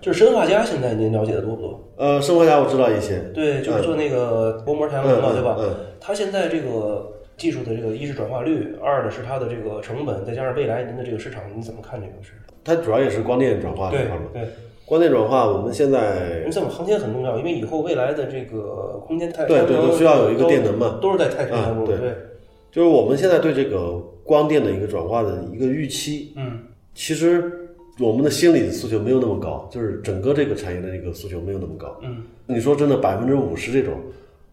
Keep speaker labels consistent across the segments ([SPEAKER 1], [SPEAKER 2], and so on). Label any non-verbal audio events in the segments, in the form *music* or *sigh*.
[SPEAKER 1] 就是生化家现在您了解的多不多？
[SPEAKER 2] 呃，生活家我知道一些，
[SPEAKER 1] 对，就是做那个薄膜太阳能嘛，对吧？
[SPEAKER 2] 嗯
[SPEAKER 1] 它现在这个技术的这个一是转化率，二呢是它的这个成本，再加上未来您的这个市场，你怎么看这个事？
[SPEAKER 2] 它主要也是光电转化这
[SPEAKER 1] 对
[SPEAKER 2] 块儿嘛。
[SPEAKER 1] 对，
[SPEAKER 2] 光电转化，我们现在
[SPEAKER 1] 你怎么航天很重要，因为以后未来的这个空间太
[SPEAKER 2] 对对
[SPEAKER 1] 太空
[SPEAKER 2] 都需要有一个电能嘛
[SPEAKER 1] 都是在太空当中，
[SPEAKER 2] 啊
[SPEAKER 1] 对
[SPEAKER 2] 对就是我们现在对这个光电的一个转化的一个预期，
[SPEAKER 1] 嗯
[SPEAKER 2] 其实我们的心理诉求没有那么高，就是整个这个产业的一个诉求没有那么高。
[SPEAKER 1] 嗯，
[SPEAKER 2] 你说真的，百分之五十这种，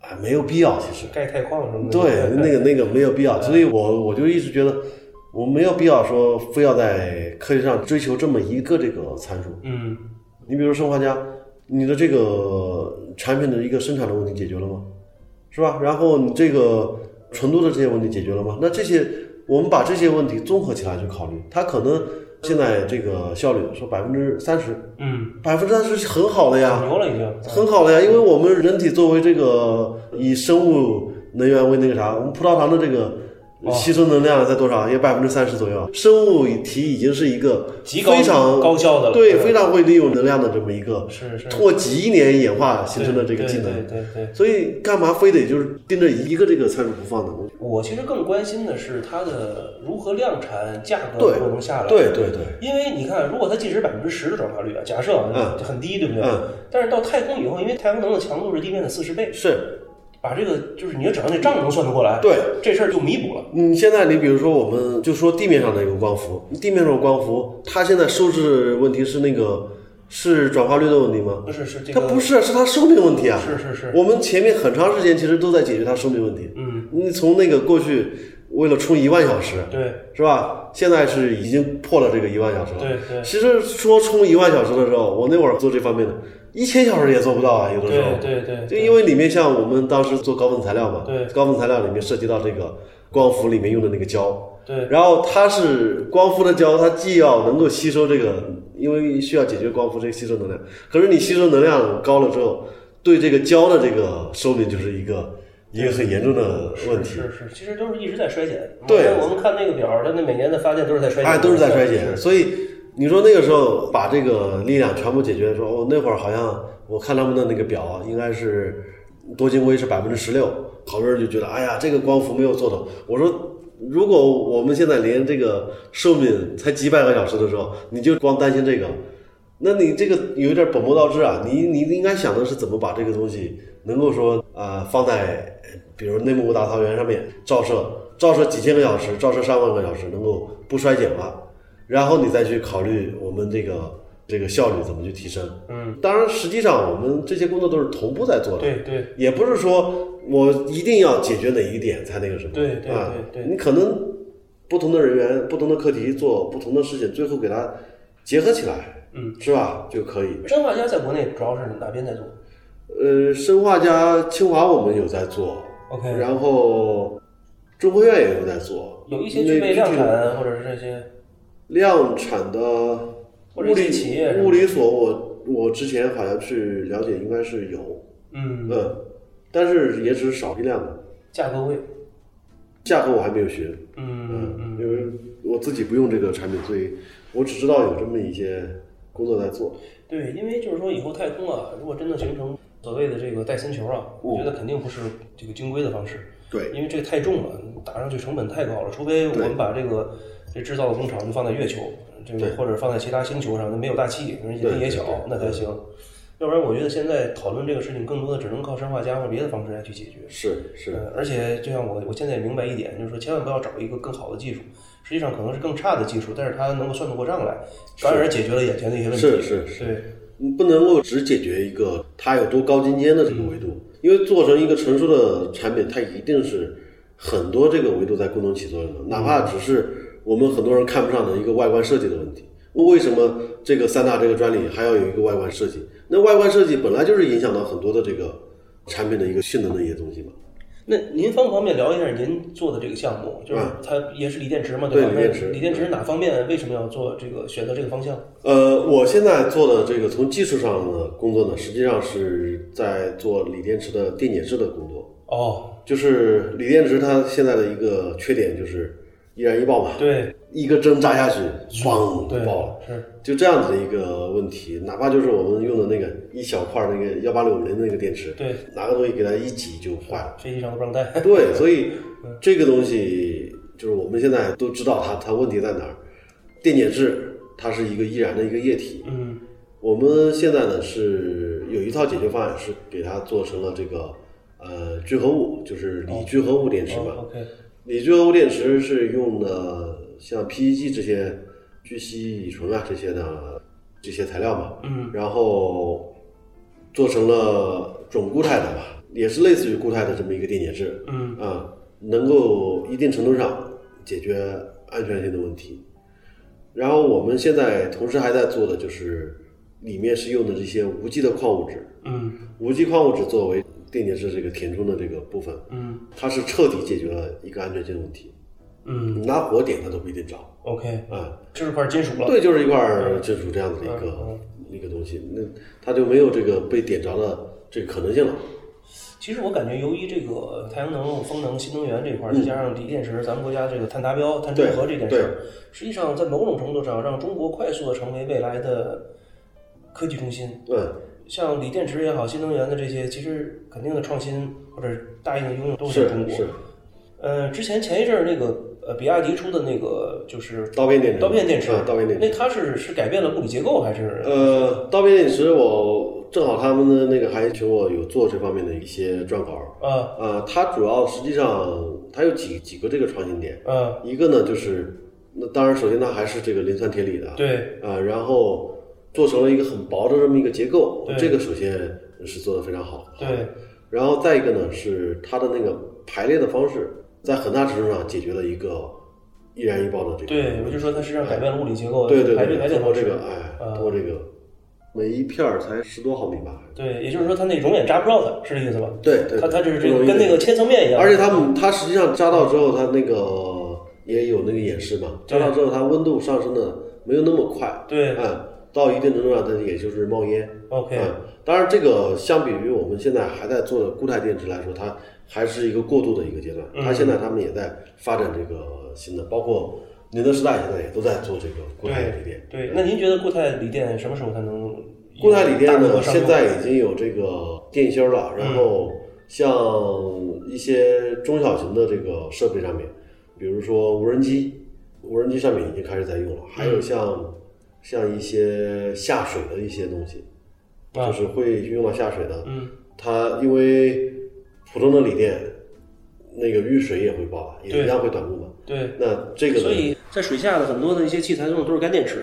[SPEAKER 2] 啊，没有必要，其实。
[SPEAKER 1] 盖太矿什么的， *laughs*
[SPEAKER 2] 对，那个那个没有
[SPEAKER 1] 嗯
[SPEAKER 2] 必要，所以我我就一直觉得，我没有必要说非要在科学上追求这么一个这个参数。
[SPEAKER 1] 嗯
[SPEAKER 2] 你比如说生化家，你的这个产品的一个生产的问题解决了吗？是吧？然后你这个纯度的这些问题解决了吗？那这些我们把这些问题综合起来去考虑，它可能现在这个效率说百分之三十，
[SPEAKER 1] 嗯，
[SPEAKER 2] 百分之三十是很好的呀，
[SPEAKER 1] 牛了已经，
[SPEAKER 2] 很好了呀，因为我们人体作为这个以生物能源为那个啥，我们葡萄糖的这个
[SPEAKER 1] 哦
[SPEAKER 2] 吸收能量在多少？也百分之三十左右。生物体已经是一个
[SPEAKER 1] 极高
[SPEAKER 2] 非常
[SPEAKER 1] 高效的了，
[SPEAKER 2] 对非常会利用能量的这么一个，
[SPEAKER 1] 是是
[SPEAKER 2] 通过几亿年演化 *laughs* 形成的这个
[SPEAKER 1] 对
[SPEAKER 2] 技能。
[SPEAKER 1] 对对对对。
[SPEAKER 2] 所以干嘛非得就是盯着一个这个参数不放呢？我
[SPEAKER 1] 我其实更关心的是它的如何量产，价格
[SPEAKER 2] 对
[SPEAKER 1] 能不能下来？
[SPEAKER 2] 对对对，
[SPEAKER 1] 因为你看，如果它即使百分之十的转化率啊，假设啊
[SPEAKER 2] 嗯
[SPEAKER 1] 就很低，对不对？
[SPEAKER 2] 嗯
[SPEAKER 1] 但是到太空以后，因为太阳能的强度是地面的四十倍，
[SPEAKER 2] 是
[SPEAKER 1] 把这个就是你要只要那账能算得过来，
[SPEAKER 2] 对。
[SPEAKER 1] 这事儿就弥补了。
[SPEAKER 2] 你现在，你比如说，我们就说地面上的一个光伏，地面上的光伏，它现在收治问题是那个是转化率的问题吗？
[SPEAKER 1] 不是是这
[SPEAKER 2] 它
[SPEAKER 1] 个，
[SPEAKER 2] 不是，是它寿命问题啊。
[SPEAKER 1] 是是是，
[SPEAKER 2] 我们前面很长时间其实都在解决它寿命问题。
[SPEAKER 1] 嗯，
[SPEAKER 2] 你从那个过去为了充一万小时，
[SPEAKER 1] 对
[SPEAKER 2] 是吧？现在是已经破了这个一万小时了。
[SPEAKER 1] 对对
[SPEAKER 2] 其实说充一万小时的时候，我那会儿做这方面的，一千小时也做不到啊，有的时候。
[SPEAKER 1] 对对对
[SPEAKER 2] 就
[SPEAKER 1] 对，
[SPEAKER 2] 因为里面像我们当时做高分材料嘛，
[SPEAKER 1] 对
[SPEAKER 2] 高分材料里面涉及到这个光伏里面用的那个胶，
[SPEAKER 1] 对
[SPEAKER 2] 然后它是光伏的胶，它既要能够吸收这个，因为需要解决光伏这个吸收能量，可是你吸收能量高了之后，对这个胶的这个寿命就是一个一个很严重的问题，
[SPEAKER 1] 是是是，其实都是一直在衰减。
[SPEAKER 2] 对
[SPEAKER 1] 我们我们看那个表儿，它那每年的发电都是在衰减，
[SPEAKER 2] 哎，都是在衰
[SPEAKER 1] 是
[SPEAKER 2] 减，所以你说那个时候把这个力量全部解决，说哦那会儿好像我看他们的那个表，啊应该是多晶硅是百分之十六，好多人就觉得哎呀这个光伏没有做到。我说如果我们现在连这个寿命才几百个小时的时候，你就光担心这个，那你这个有点本末倒置啊！你你应该想的是怎么把这个东西能够说啊、呃放在呃比如内蒙古大草原上面照射，照射几千个小时，照射上万个小时，能够不衰减吧？然后你再去考虑我们这个这个效率怎么去提升。
[SPEAKER 1] 嗯，
[SPEAKER 2] 当然，实际上我们这些工作都是同步在做的，
[SPEAKER 1] 对对
[SPEAKER 2] 也不是说我一定要解决哪一点才那个什么。
[SPEAKER 1] 对对
[SPEAKER 2] 啊
[SPEAKER 1] 对对
[SPEAKER 2] 你可能不同的人员、不同的课题做不同的事情，最后给它结合起来，
[SPEAKER 1] 嗯，
[SPEAKER 2] 是吧？就可以。
[SPEAKER 1] 生化家在国内主要是哪边在做
[SPEAKER 2] 呃，生化家清华我们有在做，
[SPEAKER 1] ？OK，
[SPEAKER 2] 然后中科院也有在做，
[SPEAKER 1] 有一些具备
[SPEAKER 2] 那
[SPEAKER 1] 量
[SPEAKER 2] 具体的
[SPEAKER 1] 产或者是这些，
[SPEAKER 2] 量产的
[SPEAKER 1] 或者
[SPEAKER 2] 物
[SPEAKER 1] 一些
[SPEAKER 2] 理
[SPEAKER 1] 企业什么的
[SPEAKER 2] 物理所我，我之前好像去了解，应该是有，
[SPEAKER 1] 嗯，
[SPEAKER 2] 嗯，但是也只是少批量的，
[SPEAKER 1] 价格贵，
[SPEAKER 2] 价格我还没有学，
[SPEAKER 1] 嗯
[SPEAKER 2] 嗯，
[SPEAKER 1] 嗯
[SPEAKER 2] 因为我自己不用这个产品，所以我只知道有这么一些工作在做。
[SPEAKER 1] 对，因为就是说以后太空啊，如果真的形成所谓的这个戴森球啊，我觉
[SPEAKER 2] 哦
[SPEAKER 1] 得肯定不是这个军规的方式，
[SPEAKER 2] 对，
[SPEAKER 1] 因为这个太重了，打上去成本太高了，除非我们把这个这制造的工厂就放在月球，这个
[SPEAKER 2] 对
[SPEAKER 1] 或者放在其他星球上，那没有大气，人引力也小
[SPEAKER 2] 对对对，
[SPEAKER 1] 那才行。要不然，我觉得现在讨论这个事情，更多的只能靠生化家或别的方式来去解决。
[SPEAKER 2] 是是，
[SPEAKER 1] 呃，而且就像我，我现在也明白一点，就是说千万不要找一个更好的技术，实际上可能是更差的技术，但是它能够算得过账来，反而解决了眼前的一些问题。
[SPEAKER 2] 是是是
[SPEAKER 1] 对，
[SPEAKER 2] 你不能够只解决一个它有多高精尖的这个维度，因为做成一个成熟的产品，它一定是很多这个维度在共同起作用的，哪怕只是我们很多人看不上的一个外观设计的问题。为什么这个三大这个专利还要有一个外观设计？那外观设计本来就是影响到很多的这个产品的一个性能的一些东西嘛。
[SPEAKER 1] 那您方不方便聊一下您做的这个项目？就是
[SPEAKER 2] 嗯
[SPEAKER 1] 它也是锂电池嘛，
[SPEAKER 2] 对
[SPEAKER 1] 吧？
[SPEAKER 2] 锂
[SPEAKER 1] 那
[SPEAKER 2] 电池
[SPEAKER 1] 锂电池哪方面为什么要做这个选择这个方向？
[SPEAKER 2] 呃，我现在做的这个从技术上的工作呢，实际上是在做锂电池的电解质的工作。
[SPEAKER 1] 哦，
[SPEAKER 2] 就是锂电池它现在的一个缺点就是易燃易爆嘛，
[SPEAKER 1] 对，
[SPEAKER 2] 一个针扎下去，咣
[SPEAKER 1] 对
[SPEAKER 2] 就爆了。，
[SPEAKER 1] 是，
[SPEAKER 2] 就这样子的一个问题，哪怕就是我们用的那个一小块那个幺八六零那个电池，
[SPEAKER 1] 对，
[SPEAKER 2] 拿个东西给它一挤就坏了。
[SPEAKER 1] 飞机上都不让带。
[SPEAKER 2] 对，所以这个东西就是我们现在都知道它它问题在哪儿。电解质它是一个易燃的一个液体，
[SPEAKER 1] *laughs* 嗯，
[SPEAKER 2] 我们现在呢是有一套解决方案，是给它做成了这个呃聚合物， *laughs* 就是锂聚合物电池嘛。
[SPEAKER 1] 哦，OK，
[SPEAKER 2] 锂聚合物电池是用的像 PEG 这些聚烯乙醇啊这些的这些材料嘛，
[SPEAKER 1] 嗯，
[SPEAKER 2] 然后做成了准固态的吧，也是类似于固态的这么一个电解质，
[SPEAKER 1] 嗯
[SPEAKER 2] 啊，能够一定程度上解决安全性的问题。然后我们现在同时还在做的就是里面是用的这些无机的矿物质，
[SPEAKER 1] 嗯
[SPEAKER 2] 无机矿物质作为电解质这个填充的这个部分，
[SPEAKER 1] 嗯
[SPEAKER 2] 它是彻底解决了一个安全性的问题。
[SPEAKER 1] 嗯
[SPEAKER 2] 你拿火点它都不一定着
[SPEAKER 1] ，OK，
[SPEAKER 2] 啊、
[SPEAKER 1] 这是块金属了。
[SPEAKER 2] 对，就是一嗯块儿金属这样子的一个、
[SPEAKER 1] 嗯
[SPEAKER 2] 一个东西，那它就没有这个被点着的这个可能性了。
[SPEAKER 1] 其实我感觉，由于这个太阳能、风能、新能源这一
[SPEAKER 2] 嗯
[SPEAKER 1] 块儿，再加上锂电池，咱们国家这个碳达标、碳中和这件事儿，实际上在某种程度上让中国快速的成为未来的科技中心。
[SPEAKER 2] 嗯，
[SPEAKER 1] 像锂电池也好，新能源的这些，其实肯定的创新或者大量的应用都在
[SPEAKER 2] 嗯是
[SPEAKER 1] 中国。
[SPEAKER 2] 是，
[SPEAKER 1] 呃，之前前一阵儿那个呃，比亚迪出的那个就是
[SPEAKER 2] 刀片电池，
[SPEAKER 1] 刀片电池，
[SPEAKER 2] 嗯刀片电池。
[SPEAKER 1] 那它是是改变了物理结构还是？
[SPEAKER 2] 呃，刀片电池，我正好他们的那个还请我有做这方面的一些撰稿。
[SPEAKER 1] 啊
[SPEAKER 2] 呃，它主要实际上它有几几个这个创新点，
[SPEAKER 1] 啊，
[SPEAKER 2] 一个呢就是，那当然首先它还是这个磷酸铁锂的，
[SPEAKER 1] 对，
[SPEAKER 2] 啊，然后做成了一个很薄的这么一个结构
[SPEAKER 1] 对，
[SPEAKER 2] 这个首先是做的非常好。
[SPEAKER 1] 对，
[SPEAKER 2] 然后再一个呢是它的那个排列的方式，在很大程度上解决了一个易燃易爆的这个。
[SPEAKER 1] 对，我就说它实际上改变了物理结构，
[SPEAKER 2] 对对
[SPEAKER 1] 排列
[SPEAKER 2] 对，
[SPEAKER 1] 排列
[SPEAKER 2] 通过
[SPEAKER 1] 方
[SPEAKER 2] 这
[SPEAKER 1] 式
[SPEAKER 2] 个，。哎，
[SPEAKER 1] 嗯
[SPEAKER 2] 通过这个，每一片儿才十多毫米吧。
[SPEAKER 1] 对，也就是说它那永远扎不着它，是这意思吧？
[SPEAKER 2] 对对，
[SPEAKER 1] 它它就是这
[SPEAKER 2] 不
[SPEAKER 1] 个
[SPEAKER 2] 容易
[SPEAKER 1] 跟那
[SPEAKER 2] 的
[SPEAKER 1] 个千层面一样，
[SPEAKER 2] 而且它们它实际上扎到之后，它那个也有那个演示嘛，
[SPEAKER 1] 对
[SPEAKER 2] 扎到之后它温度上升的没有那么快，
[SPEAKER 1] 对
[SPEAKER 2] 嗯，到一定程度上它也就是冒烟。
[SPEAKER 1] OK
[SPEAKER 2] 嗯，当然这个相比于我们现在还在做的固态电池来说，它还是一个过渡的一个阶段。它现在他们也在发展这个新的，包括宁德时代现在也都在做这个固态锂电。
[SPEAKER 1] 对，那您觉得固态锂电什么时候才能有
[SPEAKER 2] 固态锂电
[SPEAKER 1] 大规模
[SPEAKER 2] 呢，
[SPEAKER 1] 商用嗯
[SPEAKER 2] 现在已经有这个电芯儿了，然后像一些中小型的这个设备上面，比如说无人机，无人机上面已经开始在用了，还
[SPEAKER 1] 嗯
[SPEAKER 2] 有像像一些下水的一些东西，
[SPEAKER 1] 啊
[SPEAKER 2] 就是会用到下水的，
[SPEAKER 1] 嗯，
[SPEAKER 2] 它因为普通的锂电，那个遇水也会爆啊，
[SPEAKER 1] 对
[SPEAKER 2] 也一样会短路嘛。
[SPEAKER 1] 对，
[SPEAKER 2] 那这个呢
[SPEAKER 1] 所以在水下的很多的一些器材用的都是干电池。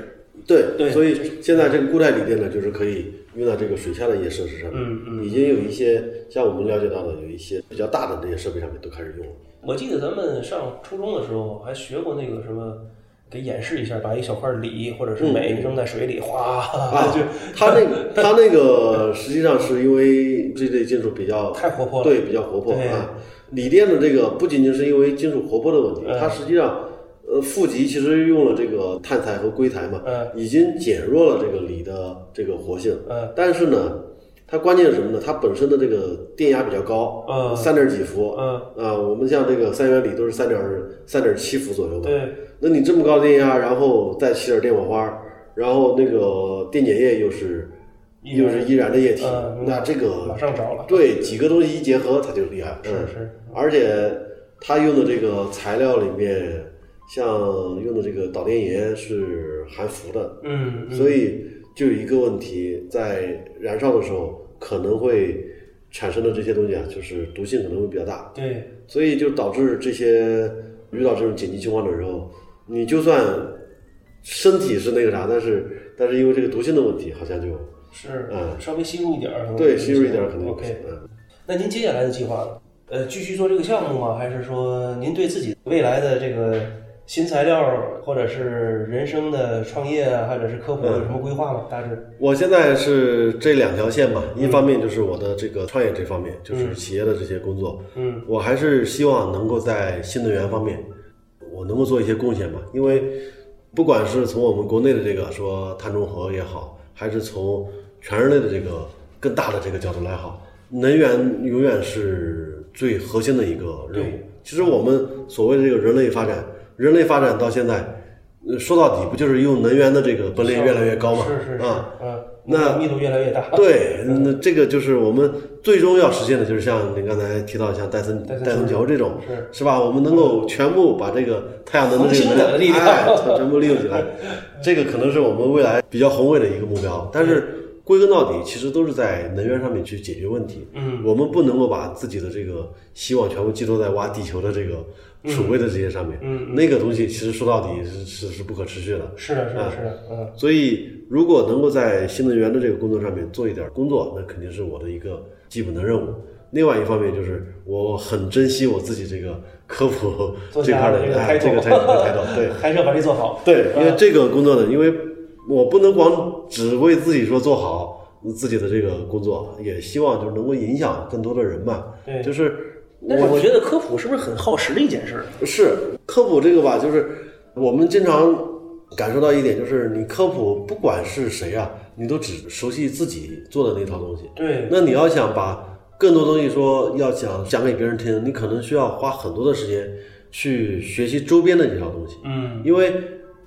[SPEAKER 2] 对，
[SPEAKER 1] 对
[SPEAKER 2] 所以
[SPEAKER 1] 就是
[SPEAKER 2] 现在这个固态锂电呢，就是可以用到这个水下的一些设施上面，
[SPEAKER 1] 嗯
[SPEAKER 2] 已经有一些像我们了解到的，有一些比较大的这些设备上面都开始用了。
[SPEAKER 1] 我记得咱们上初中的时候还学过那个什么。给演示一下，把一小块锂或者是镁扔在水里，哗，
[SPEAKER 2] 嗯啊，
[SPEAKER 1] 就
[SPEAKER 2] 它那
[SPEAKER 1] *laughs*
[SPEAKER 2] 个它那个实际上是因为这类金属比较
[SPEAKER 1] 太活泼了
[SPEAKER 2] 对，比较活泼
[SPEAKER 1] 对
[SPEAKER 2] 啊。锂电的这个不仅仅是因为金属活泼的问题，
[SPEAKER 1] 嗯
[SPEAKER 2] 它实际上。呃，负极其实用了这个碳材和硅材嘛，
[SPEAKER 1] 嗯
[SPEAKER 2] 已经减弱了这个锂的这个活性，
[SPEAKER 1] 嗯
[SPEAKER 2] 但是呢，它关键是什么呢？它本身的这个电压比较高，
[SPEAKER 1] 嗯
[SPEAKER 2] 三点几伏，
[SPEAKER 1] 嗯
[SPEAKER 2] 啊，我们像这个三元锂都是三点三点七伏左右嘛，
[SPEAKER 1] 对，
[SPEAKER 2] 那你这么高的电压，然后再起点电火花，然后那个电解液又是
[SPEAKER 1] 易燃
[SPEAKER 2] 又是易燃的液体，
[SPEAKER 1] 嗯
[SPEAKER 2] 那这
[SPEAKER 1] 马
[SPEAKER 2] 个
[SPEAKER 1] 上着了。
[SPEAKER 2] 对几个东西一结合，它就厉害。
[SPEAKER 1] 是
[SPEAKER 2] 嗯
[SPEAKER 1] 是，
[SPEAKER 2] 而且它用的这个材料里面，像用的这个导电岩是含氟的，
[SPEAKER 1] 嗯，嗯
[SPEAKER 2] 所以就有一个问题，在燃烧的时候可能会产生的这些东西啊，就是毒性可能会比较大。
[SPEAKER 1] 对，
[SPEAKER 2] 所以就导致这些遇到这种紧急情况的时候，你就算身体是那个啥，但是但是因为这个毒性的问题，好像就
[SPEAKER 1] 是，
[SPEAKER 2] 嗯
[SPEAKER 1] 稍微吸入一点儿，可能
[SPEAKER 2] 对
[SPEAKER 1] 不行
[SPEAKER 2] 吸入一点儿可能不行
[SPEAKER 1] OK，。
[SPEAKER 2] 嗯
[SPEAKER 1] 那您接下来的计划呢？呃，继续做这个项目吗？还是说您对自己未来的这个
[SPEAKER 3] 新材料或者是人生的创业啊，或者是科普有什么规划吗？大致
[SPEAKER 2] 我现在是这两条线吧，一方面就是我的这个创业这方面，就是企业的这些工作，
[SPEAKER 3] 嗯，
[SPEAKER 2] 我还是希望能够在新能源方面，我能够做一些贡献吧，因为不管是从我们国内的这个说碳中和也好，还是从全人类的这个更大的这个角度来好，能源永远是最核心的一个任务
[SPEAKER 3] 对。
[SPEAKER 2] 其实我们所谓的这个人类发展，人类发展到现在，呃说到底不就是用能源的这个分类越来越高嘛？
[SPEAKER 3] 是是是，
[SPEAKER 2] 啊，
[SPEAKER 3] 嗯，
[SPEAKER 2] 那
[SPEAKER 3] 密度越来越大，
[SPEAKER 2] 对，那这个就是我们最终要实现的，就是像您刚才提到，像戴森
[SPEAKER 3] 戴森
[SPEAKER 2] 戴森球这种，
[SPEAKER 3] 是
[SPEAKER 2] 是吧？我们能够全部把这个太阳能的这个
[SPEAKER 3] 恒星的力
[SPEAKER 2] 能
[SPEAKER 3] 量
[SPEAKER 2] 量，哎， *laughs* 全部利用起来，这个可能是我们未来比较宏伟的一个目标。但是归根到底，其实都是在能源上面去解决问题。
[SPEAKER 3] 嗯，
[SPEAKER 2] 我们不能够把自己的这个希望全部寄托在挖地球的这个储备的这些上面，
[SPEAKER 3] 嗯
[SPEAKER 2] 那个东西其实说到底是是是不可持续的。
[SPEAKER 3] 是的，是的，
[SPEAKER 2] 啊
[SPEAKER 3] 是的，嗯，
[SPEAKER 2] 所以，如果能够在新能源的这个工作上面做一点工作，那肯定是我的一个基本的任务。另外一方面就是，我很珍惜我自己这个科普
[SPEAKER 3] 做
[SPEAKER 2] 这
[SPEAKER 3] 家
[SPEAKER 2] 块
[SPEAKER 3] 的
[SPEAKER 2] 的
[SPEAKER 3] 这个
[SPEAKER 2] 哎
[SPEAKER 3] 开
[SPEAKER 2] 这个抬头，对
[SPEAKER 3] *laughs* 还是要把这做好，
[SPEAKER 2] *laughs* 对，因为这个工作呢，因为我不能光只为自己说做好自己的这个工作，也希望就是能够影响更多的人嘛。
[SPEAKER 3] 对
[SPEAKER 2] 就是
[SPEAKER 1] 但是我觉得科普是不是很耗时的一件事儿？
[SPEAKER 2] 是科普这个吧，就是我们经常感受到一点，就是你科普不管是谁啊，你都只熟悉自己做的那套东西。
[SPEAKER 3] 对，
[SPEAKER 2] 那你要想把更多东西说要想讲给别人听，你可能需要花很多的时间去学习周边的这套东西。
[SPEAKER 3] 嗯，
[SPEAKER 2] 因为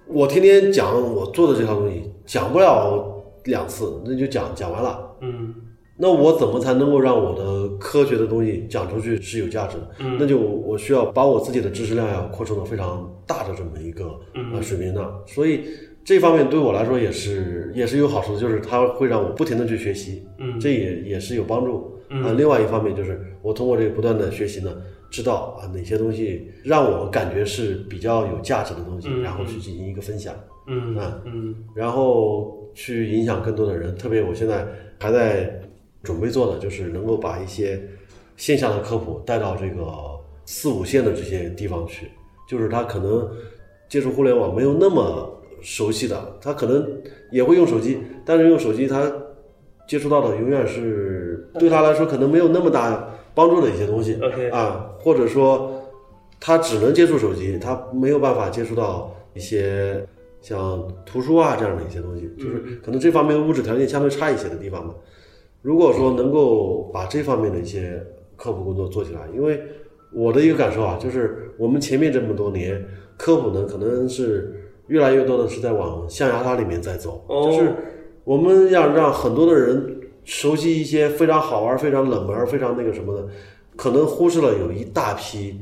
[SPEAKER 2] 我天天讲我做的这套东西，讲不了两次，那就讲讲完了。
[SPEAKER 3] 嗯，
[SPEAKER 2] 那我怎么才能够让我的科学的东西讲出去是有价值的？
[SPEAKER 3] 嗯
[SPEAKER 2] 那就我需要把我自己的知识量要扩充到非常大的这么一个
[SPEAKER 3] 嗯
[SPEAKER 2] 呃水平上，所以这方面对我来说也是也是有好处的，就是它会让我不停的去学习，
[SPEAKER 3] 嗯
[SPEAKER 2] 这也也是有帮助。
[SPEAKER 3] 嗯
[SPEAKER 2] 啊，另外一方面就是我通过这个不断的学习呢，知道啊哪些东西让我感觉是比较有价值的东西，
[SPEAKER 3] 嗯
[SPEAKER 2] 然后去进行一个分享。
[SPEAKER 3] 嗯，
[SPEAKER 2] 啊
[SPEAKER 3] 嗯，
[SPEAKER 2] 然后去影响更多的人。特别我现在还在准备做的，就是能够把一些线下的科普带到这个四五线的这些地方去，就是他可能接触互联网没有那么熟悉的，他可能也会用手机，但是用手机他接触到的永远是对他来说可能没有那么大帮助的一些东西
[SPEAKER 3] OK
[SPEAKER 2] 啊，或者说他只能接触手机，他没有办法接触到一些像图书啊这样的一些东西，就是可能这方面物质条件相对差一些的地方吧。如果说能够把这方面的一些科普工作做起来，因为我的一个感受啊，就是我们前面这么多年科普呢，可能是越来越多的是在往象牙塔里面在走，
[SPEAKER 3] 哦
[SPEAKER 2] 就是我们要让很多的人熟悉一些非常好玩、非常冷门、非常那个什么的，可能忽视了有一大批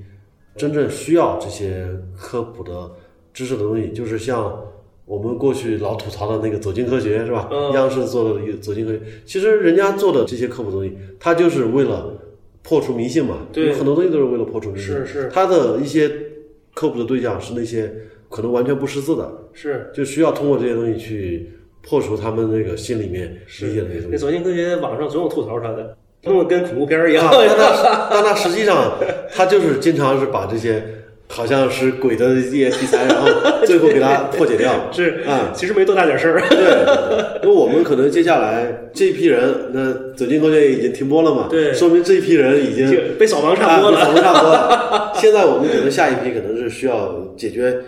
[SPEAKER 2] 真正需要这些科普的知识的东西，就是像我们过去老吐槽的那个《走进科学》是吧？
[SPEAKER 3] 嗯
[SPEAKER 2] 央视做的《走进科学》，其实人家做的这些科普东西，它就是为了破除迷信嘛，
[SPEAKER 3] 对
[SPEAKER 2] 有很多东西都是为了破除迷信。
[SPEAKER 3] 是是
[SPEAKER 2] 它的一些科普的对象是那些可能完全不识字的，
[SPEAKER 3] 是。
[SPEAKER 2] 就需要通过这些东西去破除他们那个心里面理解的那些
[SPEAKER 3] 那
[SPEAKER 2] 东西。
[SPEAKER 3] 走进科学网上总有吐槽他的，弄得跟恐怖片儿一样
[SPEAKER 2] 啊，。但他但他实际上，他就是经常是把这些好像是鬼的一些题材，然后最后给它破解掉。
[SPEAKER 3] *laughs* 是
[SPEAKER 2] 啊，
[SPEAKER 3] 其实没多大点事儿。
[SPEAKER 2] 对，因为我们可能接下来这批人，那走进科学已经停播了嘛，
[SPEAKER 3] 对
[SPEAKER 2] 说明这批人已经
[SPEAKER 3] 就被扫盲差不多了
[SPEAKER 2] 啊被扫盲差不多了。现在我们可能下一批可能是需要解决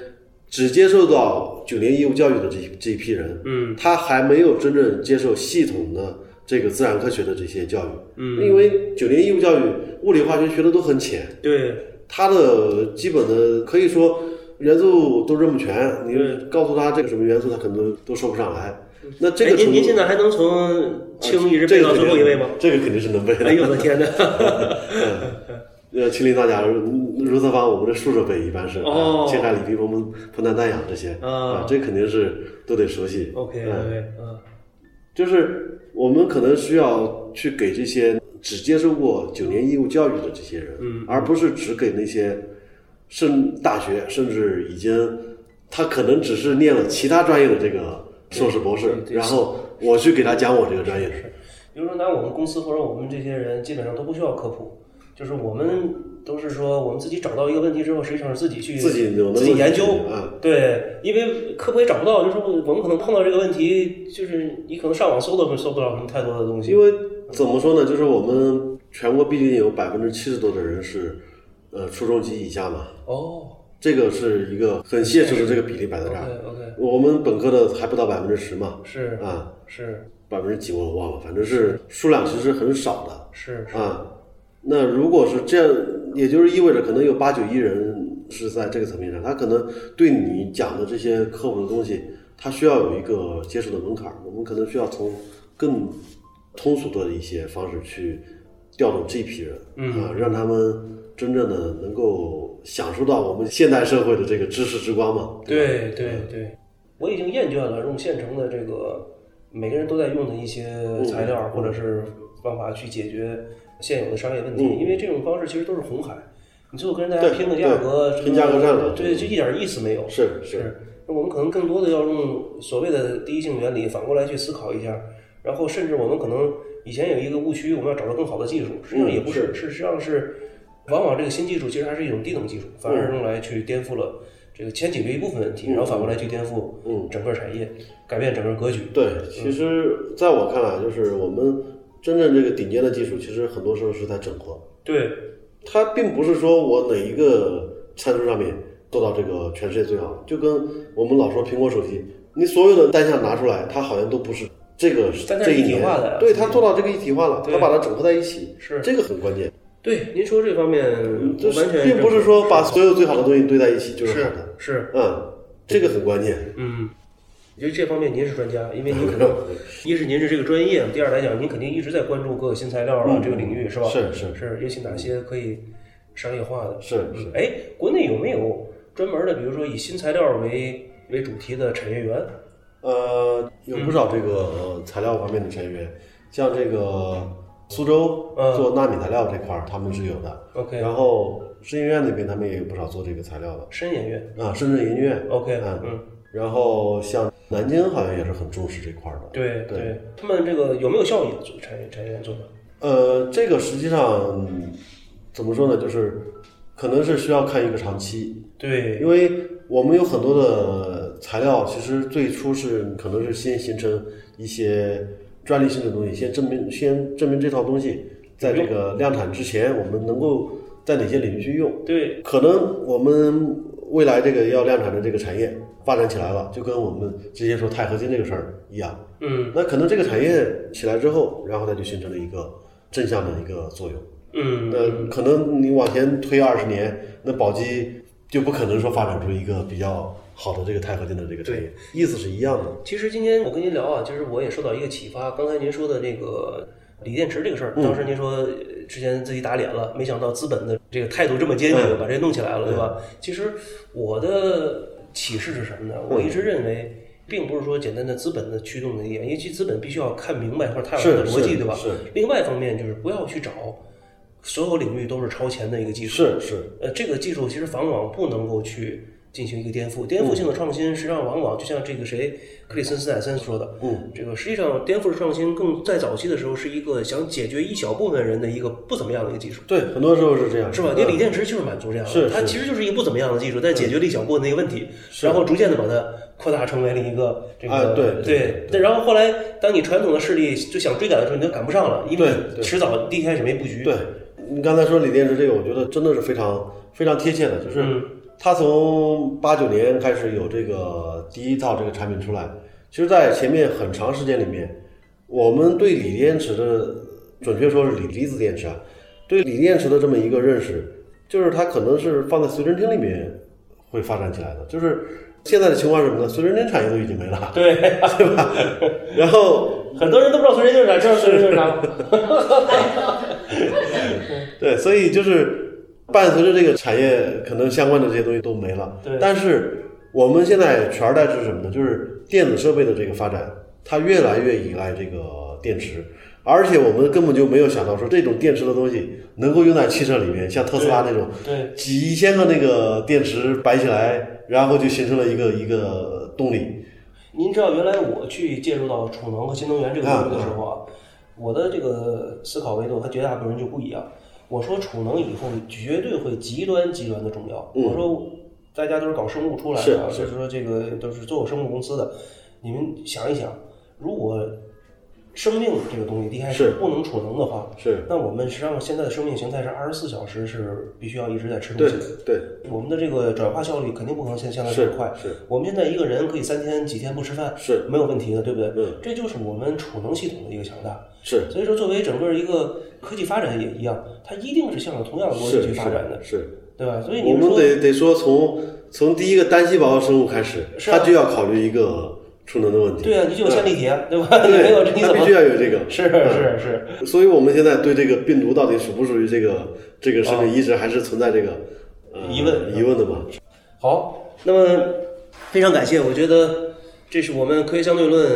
[SPEAKER 2] 只接受到九年义务教育的这一这一批人，
[SPEAKER 3] 嗯，
[SPEAKER 2] 他还没有真正接受系统的这个自然科学的这些教育，嗯，因为九年义务教育物理化学学的都很浅，
[SPEAKER 3] 嗯对，
[SPEAKER 2] 它的基本的可以说元素都认不全，你告诉他这个什么元素，他可能都说不上来。那这
[SPEAKER 3] 哎
[SPEAKER 2] 个
[SPEAKER 3] 您您现
[SPEAKER 2] 在
[SPEAKER 3] 在还能
[SPEAKER 1] 哦
[SPEAKER 3] 从清一直背到最后一
[SPEAKER 1] *laughs*
[SPEAKER 3] 位吗？？
[SPEAKER 2] 这个肯定是能背的。
[SPEAKER 3] 哎呦我的 *laughs* 天哪！
[SPEAKER 2] 呃，秦岭大甲、如如瑟方，我们这竖着背一般是，
[SPEAKER 3] 哦
[SPEAKER 2] 啊青海里皮、彭彭彭丹丹养这些
[SPEAKER 1] 嗯
[SPEAKER 3] 啊
[SPEAKER 2] 这肯定是都得熟悉。
[SPEAKER 3] OK
[SPEAKER 2] 嗯
[SPEAKER 3] OK，嗯
[SPEAKER 2] 就是我们可能需要去给这些只接受过九年义务教育的这些人，
[SPEAKER 3] 嗯
[SPEAKER 2] 而不是只给那些甚大学甚至已经他可能只是念了其他专业的这个硕士博士，然后我去给他讲我这个专业，
[SPEAKER 3] 比如说拿我们公司或者我们这些人，基本上都不需要科普，
[SPEAKER 1] 就是我们都是说，我们自己找到一个问题之后，实际上是自己去
[SPEAKER 2] 自己有能力
[SPEAKER 1] 自己研究
[SPEAKER 2] 去解决啊
[SPEAKER 1] 对，因为科普也找不到，就是我们可能碰到这个问题，就是你可能上网搜都搜不到什么太多的东西。
[SPEAKER 2] 因为怎么说呢，就是我们全国毕竟有百分之七十多的人是呃初中级以下嘛，
[SPEAKER 1] 哦
[SPEAKER 2] 这个是一个很现实的这个比例摆在这
[SPEAKER 1] ，OK
[SPEAKER 2] 儿。
[SPEAKER 1] OK，
[SPEAKER 2] 我们本科的还不到百分之十嘛，
[SPEAKER 1] 是
[SPEAKER 2] 啊，
[SPEAKER 1] 是
[SPEAKER 2] 百分之几我忘了，反正是数量其实很少的
[SPEAKER 1] 是是，
[SPEAKER 2] 啊。那如果是这样，也就是意味着可能有八九亿人是在这个层面上，他可能对你讲的这些科普的东西，他需要有一个接受的门槛儿。我们可能需要从更通俗的一些方式去调动这批人，嗯、啊，让他们真正的能够享受到我们现代社会的这个知识之光嘛。吧
[SPEAKER 1] 对对对，我已经厌倦了用现成的这个每个人都在用的一些材料或者是方法去解决现有的商业问题，因为这种方式其实都是红海，你最后跟人家
[SPEAKER 2] 对
[SPEAKER 1] 拼个价格，
[SPEAKER 2] 对
[SPEAKER 1] 什么
[SPEAKER 2] 拼价格战了
[SPEAKER 1] 对，就一点意思没有。
[SPEAKER 2] 是是，
[SPEAKER 1] 是，那我们可能更多的要用所谓的第一性原理反过来去思考一下，然后甚至我们可能以前有一个误区，我们要找到更好的技术，实际
[SPEAKER 2] 嗯
[SPEAKER 1] 上也不是，事实上是往往这个新技术其实还是一种低等技术，反
[SPEAKER 2] 嗯
[SPEAKER 1] 而用来去颠覆了这个前解决一部分问题，然后反过来去颠覆
[SPEAKER 2] 嗯
[SPEAKER 1] 整个产业，改变整个格局。
[SPEAKER 2] 对，其实在我看来，就是我们真正这个顶尖的技术，其实很多时候是在整合，
[SPEAKER 1] 对，
[SPEAKER 2] 它并不是说我哪一个参数上面做到这个全世界最好，就跟我们老说苹果手机，你所有的单项拿出来，它好像都不是这个
[SPEAKER 1] 但它
[SPEAKER 2] 这
[SPEAKER 1] 是
[SPEAKER 2] 一
[SPEAKER 1] 一体
[SPEAKER 2] 年
[SPEAKER 1] 化的啊
[SPEAKER 2] 对，它做到这个一体化了，
[SPEAKER 1] 对
[SPEAKER 2] 它把它整合在一起，
[SPEAKER 1] 是
[SPEAKER 2] 这个很关键，
[SPEAKER 1] 对，您说这方面
[SPEAKER 2] 就
[SPEAKER 1] 我
[SPEAKER 2] 嗯是
[SPEAKER 1] 完全
[SPEAKER 2] 并不是
[SPEAKER 1] 认同
[SPEAKER 2] 说把所有最好的东西堆在一起就是好的，
[SPEAKER 1] 是
[SPEAKER 2] 嗯，这个很关键，
[SPEAKER 1] 嗯。因为这方面您是专家，因为您
[SPEAKER 2] *laughs*
[SPEAKER 1] 可能一是您是这个专业，第二来讲您肯定一直在关注各个新材料啊、这个领域是吧？
[SPEAKER 2] 嗯是是
[SPEAKER 1] 是，尤其哪些可以商业化的？
[SPEAKER 2] 是是
[SPEAKER 1] 嗯。哎，国内有没有专门的，比如说以新材料为为主题的产业园？嗯
[SPEAKER 2] 呃，有不少这个呃材料方面的成员，像这个苏州
[SPEAKER 1] 嗯
[SPEAKER 2] 做纳米材料这块儿，他们是有的。
[SPEAKER 1] OK
[SPEAKER 2] 然后深研院那边他们也有不少做这个材料的
[SPEAKER 1] 深研院
[SPEAKER 2] 啊，深圳研究院。
[SPEAKER 1] ？OK，
[SPEAKER 2] 嗯
[SPEAKER 1] 嗯，
[SPEAKER 2] 然后像南京好像也是很重视这块儿的。
[SPEAKER 1] 对
[SPEAKER 2] 对
[SPEAKER 1] 对，他们这个有没有效益做产业产业园做的？
[SPEAKER 2] 呃，这个实际上嗯怎么说呢，就是可能是需要看一个长期，
[SPEAKER 1] 对
[SPEAKER 2] 因为我们有很多的材料，其实最初是可能是先形成一些专利性的东西，先证明先证明这套东西在这个量产之前，我们能够在哪些领域去用。
[SPEAKER 1] 对，
[SPEAKER 2] 可能我们未来这个要量产的这个产业发展起来了，就跟我们之前说钛合金这个事儿一样。
[SPEAKER 1] 嗯
[SPEAKER 2] 那可能这个产业起来之后，然后它就形成了一个正向的一个作用。
[SPEAKER 1] 嗯，
[SPEAKER 2] 那可能你往前推二十年，那宝鸡就不可能说发展出一个比较好的这个钛合金的这个产业，意思是一样的。
[SPEAKER 1] 其实今天我跟您聊啊，就是我也受到一个启发。刚才您说的这个锂电池这个事儿，
[SPEAKER 2] 嗯
[SPEAKER 1] 当时您说呃之前自己打脸了，没想到资本的这个态度这么坚决，
[SPEAKER 2] 嗯
[SPEAKER 1] 把这弄起来了，对吧？其实我的启示是什么呢？我
[SPEAKER 2] 嗯
[SPEAKER 1] 一直认为。并不是说简单的资本的驱动的力量，因为其实资本必须要看明白或者它有它的
[SPEAKER 2] 是
[SPEAKER 1] 逻辑，
[SPEAKER 2] 是
[SPEAKER 1] 对吧
[SPEAKER 2] 是？
[SPEAKER 1] 另外一方面就是不要去找所有领域都是超前的一个技术，
[SPEAKER 2] 是是，
[SPEAKER 1] 呃，这个技术其实往往不能够去进行一个颠覆，颠覆
[SPEAKER 2] 嗯
[SPEAKER 1] 性的创新实际上往往就像这个谁克里森斯坦森说的，
[SPEAKER 2] 嗯，
[SPEAKER 1] 这个实际上颠覆式创新更在早期的时候是一个想解决一小部分人的一个不怎么样的一个技术，
[SPEAKER 2] 对，很多时候是这样，
[SPEAKER 1] 是吧？你锂电池就是满足这样的，
[SPEAKER 2] 嗯是
[SPEAKER 1] 它
[SPEAKER 2] 是嗯
[SPEAKER 1] 其实就是一个不怎么样的技术，但解决了一小部分的一个问题，
[SPEAKER 2] 是
[SPEAKER 1] 然后逐渐的把它扩大成为了一个这个、
[SPEAKER 2] 啊对对
[SPEAKER 1] 对但然后后来当你传统的势力就想追赶的时候，你就赶不上了，因为
[SPEAKER 2] 对对
[SPEAKER 1] 迟早第一开始没布局，
[SPEAKER 2] 对，你刚才说锂电池这个，我觉得真的是非常非常贴切的，就是
[SPEAKER 1] 嗯
[SPEAKER 2] 它从八九年开始有这个第一套这个产品出来，其实，在前面很长时间里面，我们对锂电池的，准确说是锂离子电池啊，对锂电池的这么一个认识，就是它可能是放在随身听里面会发展起来的，就是现在的情况是什么呢？随身听产业都已经没了， *laughs*
[SPEAKER 1] 对， *laughs*
[SPEAKER 2] 对吧？然后
[SPEAKER 1] 很多人都不知道随身就是啥，知道随身就是啥。
[SPEAKER 2] 对，所以就是伴随着这个产业可能相关的这些东西都没了。
[SPEAKER 1] 对
[SPEAKER 2] 但是我们现在全代是什么呢？就是电子设备的这个发展，它越来越依赖这个电池，而且我们根本就没有想到说这种电池的东西能够用在汽车里面，像特斯拉那种
[SPEAKER 1] *laughs* 对，
[SPEAKER 2] 几千个那个电池摆起来，然后就形成了一个一个动力。
[SPEAKER 1] 您知道原来我去介入到
[SPEAKER 2] 嗯
[SPEAKER 1] 储能和新能源这个领域的时候啊，我的这个思考维度和绝大部分人就不一样。我说储能以后绝对会极端极端的重要。我说大家都是搞生物出来的啊，
[SPEAKER 2] 嗯是是
[SPEAKER 1] 就是说这个都是做生物公司的，你们想一想，如果生命这个东西一开
[SPEAKER 2] 是
[SPEAKER 1] 始不能储能的话，
[SPEAKER 2] 是，
[SPEAKER 1] 那我们实际上现在的生命形态是二十四小时是必须要一直在吃东
[SPEAKER 2] 对
[SPEAKER 1] 西的。
[SPEAKER 2] 对，
[SPEAKER 1] 我们的这个转化效率肯定不可能像现在这
[SPEAKER 2] 是
[SPEAKER 1] 么快。
[SPEAKER 2] 是
[SPEAKER 1] 我们现在一个人可以三天几天不吃饭，
[SPEAKER 2] 是
[SPEAKER 1] 没有问题的，对不对？
[SPEAKER 2] 嗯
[SPEAKER 1] 这就是我们储能系统的一个强大。
[SPEAKER 2] 是
[SPEAKER 1] 所以说，作为整个一个科技发展也一样，它一定是向着同样的逻辑去
[SPEAKER 2] 是
[SPEAKER 1] 发展的，
[SPEAKER 2] 是。
[SPEAKER 1] 对吧？所以你
[SPEAKER 2] 我
[SPEAKER 1] 们
[SPEAKER 2] 们
[SPEAKER 1] 说，
[SPEAKER 2] 得得说从从第一个单细胞生物开始，
[SPEAKER 1] 是啊
[SPEAKER 2] 它就要考虑一个储能的问题。
[SPEAKER 1] 对啊，你就有线粒体啊，对吧？你 *laughs*
[SPEAKER 2] 对，
[SPEAKER 1] 没有这你
[SPEAKER 2] 它
[SPEAKER 1] 怎
[SPEAKER 2] 必
[SPEAKER 1] 么
[SPEAKER 2] 须？要有这个。
[SPEAKER 1] 是是是，
[SPEAKER 2] 所以我们现在对这个病毒到底属不属于这个这个生命，一直还是存在这个、呃、
[SPEAKER 1] 啊疑问
[SPEAKER 2] 疑问的嘛？
[SPEAKER 1] 好，那么非常感谢，我觉得这是我们科学相对论。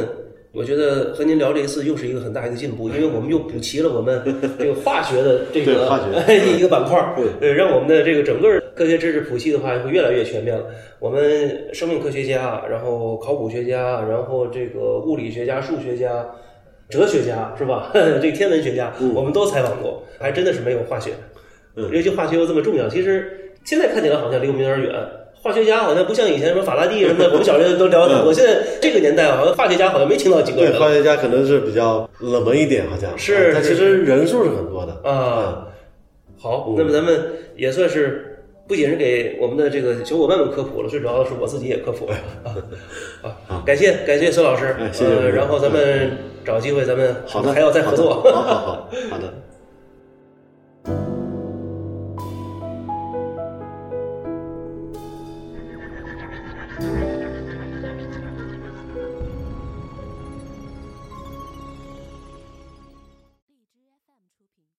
[SPEAKER 1] 我觉得和您聊这一次又是一个很大一个进步，因为我们又补齐了我们这个化学的这
[SPEAKER 2] *laughs* 对
[SPEAKER 1] 个
[SPEAKER 2] 化学
[SPEAKER 1] *laughs* 一个板块儿，
[SPEAKER 2] 对
[SPEAKER 1] 呃，让我们的这个整个科学知识谱系的话会越来越全面了。我们生命科学家，然后考古学家，然后这个物理学家、数学家、哲学家是吧？ *laughs* 这个天文学家，我们都采访过，还真的是没有化学。
[SPEAKER 2] 嗯
[SPEAKER 1] 尤其化学又这么重要，其实现在看起来好像离我们有点远。化学家好像不像以前什么法拉第什
[SPEAKER 2] *laughs*
[SPEAKER 1] 么的，我们小时候都聊很多。现在这个年代，好像化学家好像没听到几个
[SPEAKER 2] 嗯对，
[SPEAKER 1] 人
[SPEAKER 2] 化
[SPEAKER 1] 了
[SPEAKER 2] 学家可能是比较冷门一点，好像啊
[SPEAKER 1] 是
[SPEAKER 2] 但
[SPEAKER 1] 是
[SPEAKER 2] 其实人数是很多的。
[SPEAKER 1] 啊。好，那么咱们也算是不仅是给我们的这个小伙伴们科普了，最主要的是我自己也科普了 *laughs* 啊啊！感谢感谢孙老师
[SPEAKER 2] 哎，谢谢
[SPEAKER 1] 呃，然后咱们找机会咱们
[SPEAKER 2] 好的，
[SPEAKER 1] 还要再合
[SPEAKER 2] 好的
[SPEAKER 1] 作。
[SPEAKER 2] 好好好，好的。